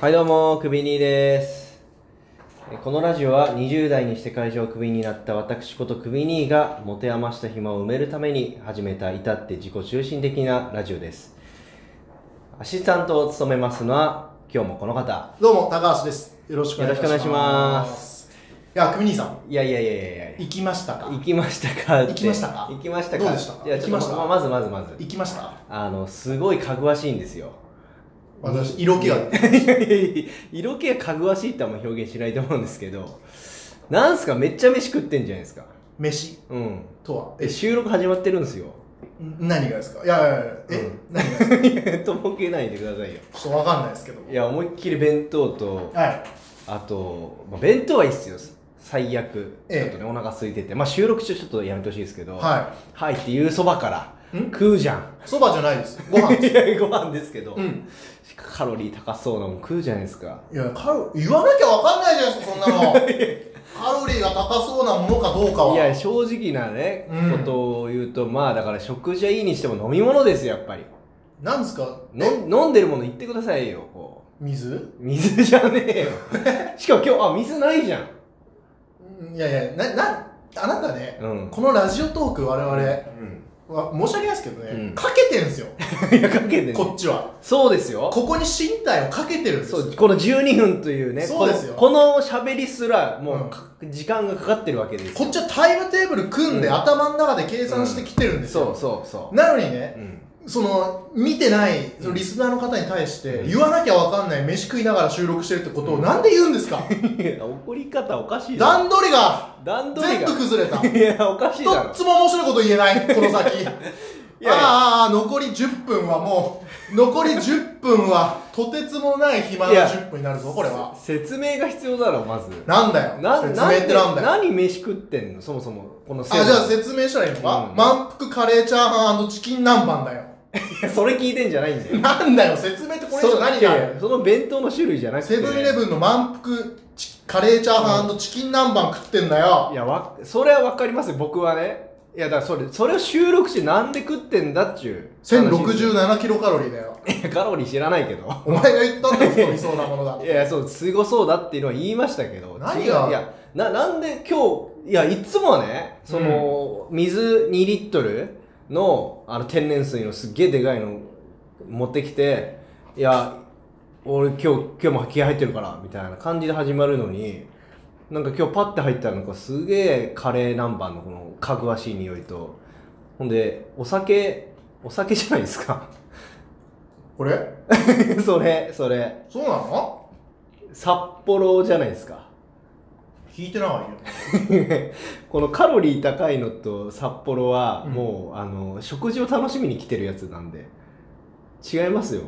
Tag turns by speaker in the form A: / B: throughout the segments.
A: はいどうもクビニーですえこのラジオは20代にして会社をクビになった私ことクビニーが持て余した暇を埋めるために始めた至って自己中心的なラジオですアシスタントを務めますのは今日もこの方
B: どうも高橋です。よろしくお願いい
A: よろしく
B: たします。
A: お願いします
B: いや、クミ兄さん、
A: いやいやいやいやいや
B: 行きましたか
A: 行きましたかって
B: 行きましたか
A: 行きましたか
B: どうでした
A: いやちょっと
B: 行きました
A: ままずまずまず
B: 行きました
A: あのすごいかぐわしいんですよ
B: 私、色気が。
A: いやいやいや色気がかぐわしいってあんま表現しないと思うんですけどなんすかめっちゃ飯食ってんじゃないですか
B: 飯
A: うん
B: とは。
A: え
B: え、
A: 収録始まってるんですよ
B: 何がですかいやいやいや、
A: う
B: え、
A: ん
B: 何がです か
A: とぼけないでくださいよ
B: ちょっとわかんないですけど。
A: いや思いっきり弁当と
B: はい。
A: あと、まあ、弁当はいいっすよ最悪ちょ
B: え
A: っ
B: え
A: とねお腹空いててまあ収録中ちょっとやめてほしいですけど
B: は
A: はい」っていうそばから
B: ん
A: 食うじゃん
B: い。そばじゃないです。ご飯 で
A: いやご飯ですけど、
B: す。 うん。
A: カロリー高そうなもん食うじゃないですか
B: いや、カロ言わなきゃわかんない じゃないですか、そんなの。カロリーが高そうなものかどうかは。
A: いや正直なね、
B: う
A: こ
B: ん
A: とを言うとまあだから食事はいいにしても飲み物ですよやっぱり
B: なんですか
A: の飲んでるもの言ってくださいよこ
B: 水
A: う水じゃね えよしかも今日あ水ないじゃん
B: うんいやいや、な、な、あなたね、
A: うん
B: このラジオトーク我々、
A: うん
B: わ申し訳ないですけどね、
A: うん
B: かけてんすよ
A: いやかけてね
B: こっちは
A: そうですよ
B: ここに身体をかけてるんです
A: そ
B: よ
A: うこの12分というね
B: そうですよ
A: このこの喋りすらも
B: う
A: うんか時間がかかってるわけです
B: こ
A: よ
B: っちはタイムテーブル組んで、
A: うん
B: 頭の中で計算してきてるんですよ、
A: そうそうそう
B: なのにね
A: うん
B: その見てないそのリスナーの方に対して、
A: うん
B: 言わなきゃわかんない飯食いながら収録してるってことを
A: うん
B: なんで言うんですか
A: いや怒り方おかしいだろ
B: 段取りが
A: 段取り
B: 全
A: が
B: 部崩れた
A: いやおかしいだろ
B: 一つも面白いこと言えないこの 先
A: いやいや
B: ああああ残り10分はもう残り10分はとてつもない暇ない
A: や
B: 10分になるぞこれは
A: 説明が必要だろまず
B: なんだよ
A: な
B: 説明ってなんだよ
A: なんで何飯食ってんのそもそもこのせい
B: あ、じゃあ説明したらいいのか、
A: うん
B: 満腹カレーチャーハンチキン南蛮だよ。
A: いやそれ聞いてんじゃないんだよ
B: なんだよ、説明ってこれ以上何がある
A: その弁当の種類じゃなくて
B: セブンイレブンの満腹チキカレーチャーハンチキン南蛮食ってんだよ
A: い。やわそれは分かりますよ僕はねいやだからそれそれを収録してなんで食ってんだっちゅう話
B: 1067キロカロリーだよ。
A: いやカロリー知らないけど
B: お前が言ったんだよ、太りそうなものだっ
A: い
B: て。
A: やそうすごそうだっていうのは言いましたけど
B: 何
A: 違
B: が
A: ういやななんで今日いやいつもはねその、水2リットルのあの天然水のすっげえでかいの持ってきていや俺今日今日も気合入ってるからみたいな感じで始まるのになんか今日パッて入ったのがすげえカレー南蛮のこのかぐわしい匂いとほんでお酒お酒じゃないですか
B: これ
A: それそれ
B: そうなの
A: 札幌じゃないですか
B: 聞いてないよ。
A: このカロリー高いのと札幌は
B: うん
A: もう、あの食事を楽しみに来てるやつなんで違いますよ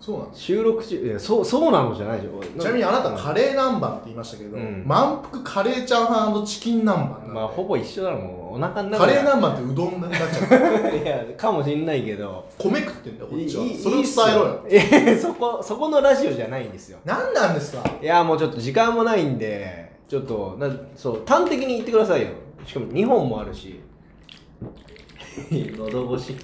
B: そうなの
A: 収録中いやそうそうなのじゃないでしょ
B: ちなみにあなた
A: か
B: カレー南蛮って言いましたけど、
A: うん
B: 満腹カレーチャーハンチキン南蛮
A: まあほぼ一緒だろもうお腹の中
B: カレー
A: な
B: 南蛮ってうどんになっちゃう。
A: いやかもしんないけど
B: 米食ってんだよ、こっちは。
A: いい
B: それを伝えろよ。
A: いいっすよいやそこそこのラジオじゃないんですよ
B: 何なんですか
A: いやもうちょっと時間もないんでちょっとなそう端的に言ってくださいよしかも2本もあるし 喉越し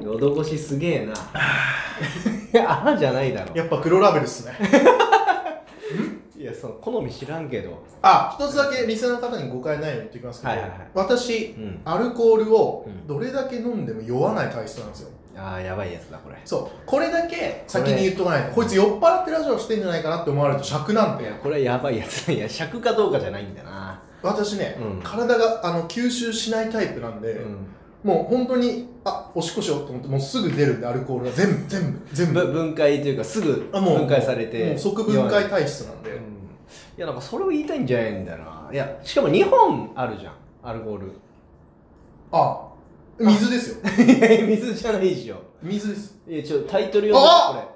A: 喉越しすげえな いやあじゃないだろ
B: やっぱ黒ラベルっすね
A: いやその好み知らんけど
B: あ一つだけリスナーの方に誤解ないように言っておきますけど、
A: はいはいはい
B: 私
A: うん
B: アルコールを
A: うん
B: どれだけ飲んでも酔わない体質なんですよ
A: ああやばいやつだこれ
B: そうこれだけ先に言っとかないとこいつ酔っ払ってラジオしてんじゃないかなって思われると尺なん
A: い
B: で
A: やこれはやばいやついや尺かどうかじゃないんだな
B: 私ね、
A: うん
B: 体があの吸収しないタイプなんで、
A: うん
B: もう本当にあおしっこしようと思ってもうすぐ出るんでアルコールが全部全部全
A: ぶ
B: 部
A: 分解というかすぐ
B: あもう
A: 分解されて
B: もう即分解
A: い
B: 体質なんで、
A: うんいやなんかそれを言いたいんじゃないんだよないやしかも2本あるじゃんアルコール
B: あ水ですよ
A: いやいや水じゃないでしょ
B: 水です
A: いやちょっとタイトル読んで
B: あ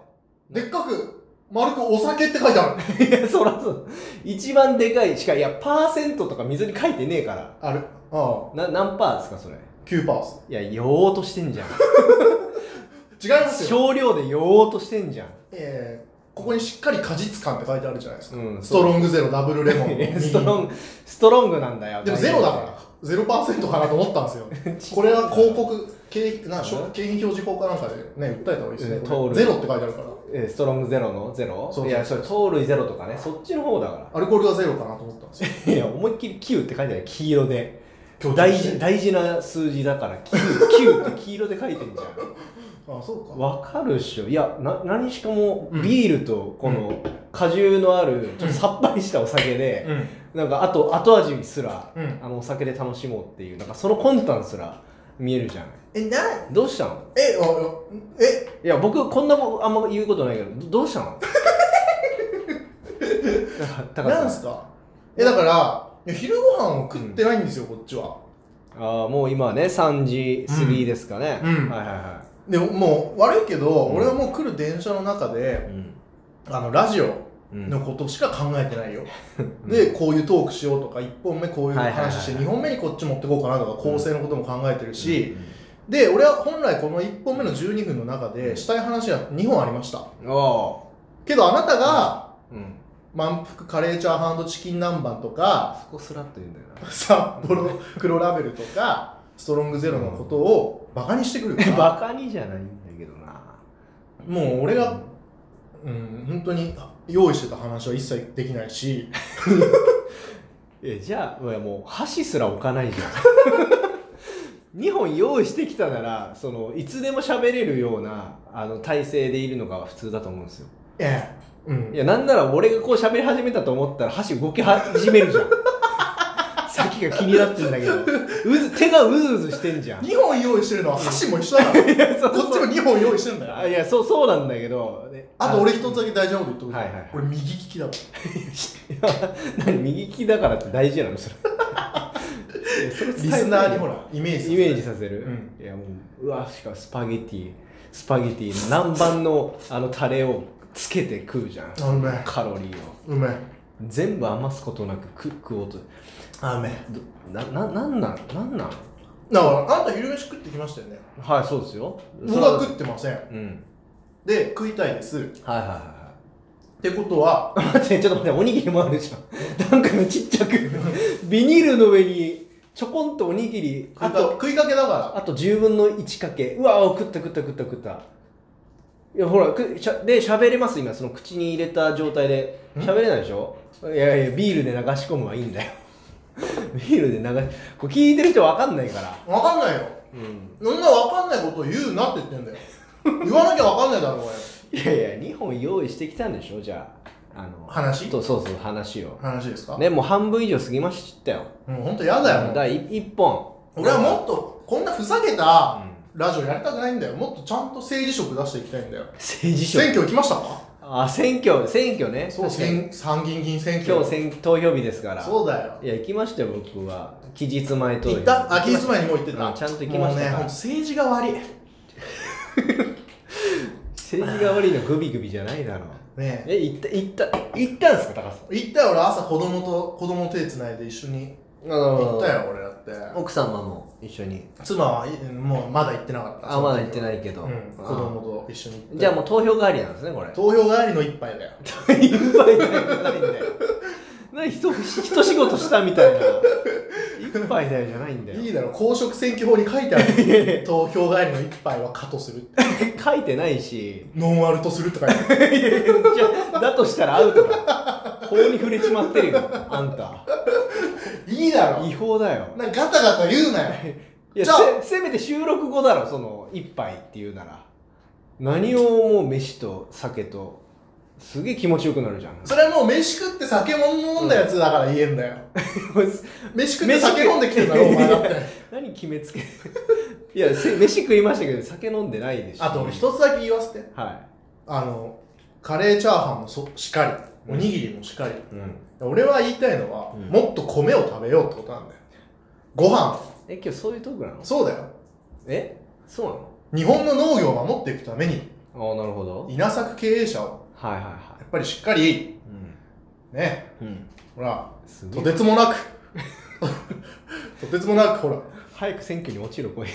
B: でっかく丸くお酒って書いてあ
A: こ
B: る
A: れいや そらそう一番でかいしかいやパーセントとか水に書いてねえから
B: あるああ
A: な何パーですかそれ
B: 9%パース
A: いや酔おうとしてんじゃん
B: 違いますよ、
A: 少量で酔おうとしてんじゃん
B: えー、ここにしっかり果実感って書いてあるじゃないですか、
A: うん
B: ストロングゼロダブルレモン
A: い やストロング、ストロングなんだよ。
B: でもゼロだからゼロパーセントかなと思ったんですよこれは広告景品なしょ景品表示法かなんかでね訴えた方がいいですね
A: うん通る
B: ゼロって書いてあるから
A: ら。 えーストロングゼロのゼロ
B: そうそう
A: いやそれ糖類ゼロとかねそっちの方だか
B: アルコールはゼロかなと思ったんですよ
A: ら いや思いっきり9って書いてある黄色で
B: 強調
A: 大
B: して
A: 事大事な数字だから9 9って黄色で書いてるじゃん
B: あそうか
A: わかるっしょいやな何しかも
B: うん
A: ビールとこの果汁のあるちょっとさっぱりしたお酒で、
B: うん
A: なんかあと後味すら、
B: うん
A: あのお酒で楽しもうっていうなんかその魂胆すら見えるじゃない
B: えな
A: どうしたの
B: えあえ
A: いや僕こんなもんあんま言うことないけどどどうした の高橋
B: なん
A: さん
B: すかえだからいや昼ご飯を食ってないんですよ、こっちは
A: ああもう今ね3時過ぎですかね、
B: うん
A: はいはいは
B: でももう悪いけど、
A: うん
B: 俺はもう来る電車の中
A: い、
B: で
A: うん
B: あのラジオ
A: うん
B: のことしか考えてないよ、
A: うん
B: でこういうトークしようとか1本目こういう
A: はいはい
B: 話
A: は
B: して
A: い
B: 2本目にこっち持ってこうかなとか構成のことも考えてるし、
A: うん
B: で俺は本来この1本目の12分の中でしたい話が2本ありました
A: うんあ
B: けどあなたが
A: あうん
B: 満腹カレーチャーハンチキン南蛮とか
A: そこすらっと言うんだよな
B: 札幌黒ラベルとかストロングゼロのことをバカにしてくるか
A: え
B: ら
A: バカにじゃないんだけどな
B: もう俺がうん本当に用意してた話は一切できないし
A: えじゃあいやもう箸すら置かないじゃ ん2本用意してきたならそのいつでも喋れるようなあの体勢でいるのが普通だと思うんですよ
B: ええうん
A: いやなんなら俺がこう喋り始めたと思ったら箸動き始めるじゃん さっきが気になってんだけどうず手がうずうずしてんじゃんい
B: 2本用意してるのは箸も一緒だからこ
A: やそう
B: っちも2本用意してるん だ
A: あ
B: よ
A: いやそうそうなんだけどね
B: あと俺一つだけ大事なこと言っとくけど
A: はいはいはい
B: 俺右利きだもん
A: 何右利きだからって大事なのそ れいやそれ
B: リ
A: 伝えて
B: スナーにほらイメージ
A: イメージさせる、
B: うん
A: いやもううわしかもスパゲティスパゲティ南蛮のあのタレをつけて食うじゃん
B: あうめえ
A: カロリーを
B: うめえ
A: 全部余すことなく食食おうと
B: あうめえ
A: どなななんなんなんなん
B: だからあんた昼飯食ってきましたよね
A: はいそうですよ
B: 僕は
A: そ
B: 食ってません
A: れはうん
B: で食いたいですっ
A: はいはいは
B: てことは
A: いはい 待ってちょっと待っておにぎりもあるじゃんなんかちっち ゃくビニールの上にちょこんとおにぎり
B: 食
A: あ
B: いか
A: と
B: 食いかけだか
A: あと10分の1かけうわー食った食った食った食ったいやほらくしゃで喋れます今その口に入れた状態で
B: ん
A: 喋れないでしょいやいやビールで流し込むはいいんだよ ビールで流しこれ聞いてる人わかんないから
B: らわかんないよ
A: うん
B: そんなわかんないことを言うなって言ってんだよ言わなきゃわかんないだろお前
A: いやいや2本用意してきたんでしょじゃああの
B: 話
A: とそうそう話を
B: 話ですか
A: ねもう半分以上過ぎましたよ
B: もうほんと嫌だよもう
A: 第1本
B: 俺はもっとこんなふざけた
A: うん
B: ラジオやりたくないんだよもっとちゃんと政治色出していきたいんだよ
A: 政治書
B: 選挙行きましたか
A: あ選挙選挙ね
B: そう
A: 確かに
B: 選参議院議員選挙
A: 今日選投票日ですから
B: そうだよ
A: いや行きましたよ僕は期日前投票
B: 行ったあ期日前にもう行ってた
A: あちゃんと行きましたか
B: もうねほんと政治が悪いね
A: 政治が悪いのグビグビじゃないだろう
B: え
A: え行った行った行ったんですか高橋さ
B: 行ったよ俺朝子供と子供手つないで一緒に
A: ん行
B: 行ったよ俺だって
A: 奥様も一緒に
B: 妻はいもうまだ行ってなかった、
A: あまだ行ってないいけど、
B: うん、子
A: あ
B: 供と一緒に行った
A: じゃあもう投票代わりなんですねこれ
B: 投票帰りの一杯だよ
A: いっぱいないんだよ何ひとひと仕事したみたいな一杯だよじゃないんだよ
B: いいだろ公職選挙法に書いてある 投票帰りの一杯は可とするって
A: 書いてないし
B: ノンアルとするって書いてある
A: いやいやじゃあだとしたらアウトだ法に触れちまってるよあんた
B: いいだろ
A: 違法だよ
B: なんかガタガタ言うなよ
A: いや
B: じゃあ
A: せせめて収録後だろその一杯っていうなら何をもう飯と酒とすげえ気持ちよくなるじゃん
B: それはもう飯食って酒も飲んだやつだから言えんだよ、飯食って酒飲んできてるだろお前だって
A: 何決めつけ いやせ飯食いましたけど酒飲んでないでしょ
B: あと俺一つだけ言わせて
A: は
B: あのカレーチャーハンもそしかりおにぎりもしかり、
A: い、うん、
B: 俺は言いたいのは、
A: うん
B: もっと米を食べようってことなんだよご飯
A: え今日そういうトークなの
B: そうだよ
A: えそう
B: 日本の農業を守っていくために
A: なのああなるほど
B: 稲作経営者を
A: はいはいは
B: やっぱりしっかり
A: いうん、
B: ね
A: うん、
B: ほら
A: す
B: と
A: げ
B: て
A: え
B: つもな くとてつもなくほら
A: 早く選挙に落ちろ来い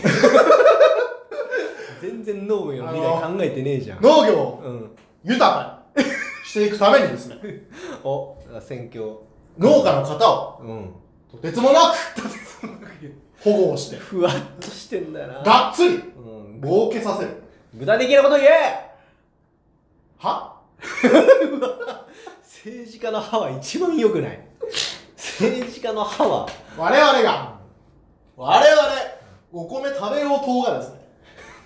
A: 全然農業の未来考えてねえじゃん
B: 農業を
A: うん
B: 豊かにしていくためにで すね
A: お選挙
B: 農家の方を
A: うん
B: とてつもなく保護をして
A: ふわっとしてんだよな
B: がっつり
A: うん、
B: 儲けさせる
A: 具体的なこと言え
B: は
A: 政治家の歯は一番良くない。政治家の歯は、
B: 我々が、我々、お米食べよう党がですね、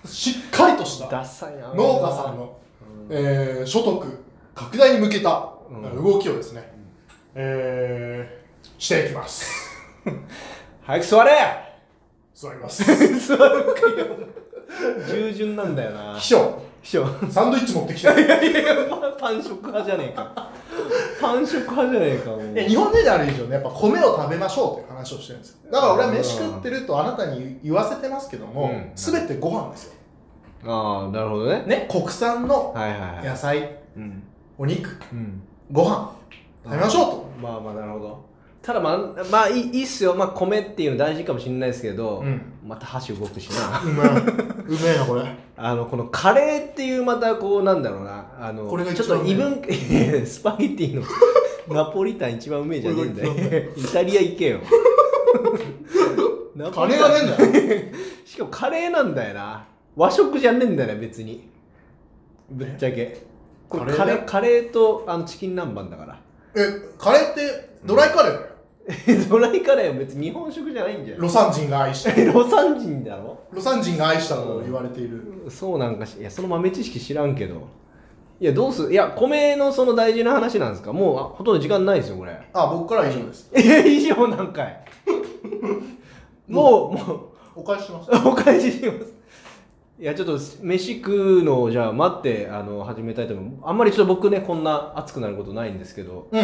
B: しっかりとした
A: ダサいな。
B: 農家さんの、えー所得拡大に向けた
A: うん
B: 動きをですね、えーしていきます。
A: 早く座れ
B: 座ります。
A: 座るかよ。従順なんだよな。
B: 秘書、
A: 秘書。
B: サンドイッチ持ってきて。い
A: いやいや、パンパン食派じゃねえか。パン食派じゃねえか、もう。
B: や日本人である以上ね、やっぱ米を食べましょうっていう話をしてるんですよ。だから俺は飯食ってるとあなたに言わせてますけど
A: う
B: も
A: ん、
B: すべ、てご飯ですよ。
A: ああ、なるほどね。
B: ね、国産の
A: はいはいはい。
B: 野菜、
A: うん。
B: お肉、
A: うん。
B: ご飯、食べましょうと。
A: まあまあ、なるほど。ただまあ、まあいいいいっすよ。まあ、米っていうの大事かもしれないですけど、
B: うん
A: また箸動くしな。
B: うめえ。うめえな、これ。
A: あの、このカレーっていうまたこう、なんだろうな。あの、
B: これが一
A: ちょ
B: 番
A: っと異文、スパゲッティの ナポリタン一番うめえじゃねえんだよ
B: これ。
A: イタリア行 けよ。ナポ
B: カ
A: リ
B: レー
A: タン
B: がねえんだよ。
A: しかもカレーなんだよな和食じゃねえんだよね別にぶっちゃけこれカ
B: カ
A: レ
B: レー
A: ー
B: だ
A: カレーとあのチキン南蛮だから
B: え、カレーってドライカレーだよ。
A: ドライカレーは別に日本食じゃないんじゃない
B: ロサン人が愛した。
A: ロサン人だろ
B: ロサン人が愛したと言われている。
A: そうなんかしいやその豆知識知らんけどいやどうすいや米のその大事な話なんですかもうあほとんど時間ないですよこれ
B: あ、僕からは以上です。
A: え以上なんかい もうもう
B: お返しします。
A: お返ししますいやちょっと飯食うのをじゃあ待ってあの始めたいと思うあんまりちょっと僕ねこんな熱くなることないんですけど
B: うん。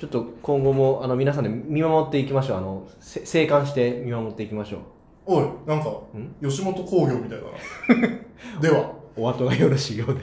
A: ちょっと今後もあの皆さんで見守っていきましょうあのせ静観して見守っていきましょう
B: おい、なんか
A: ん、
B: 吉本興業みたいだな。では。
A: お後がよろしいようで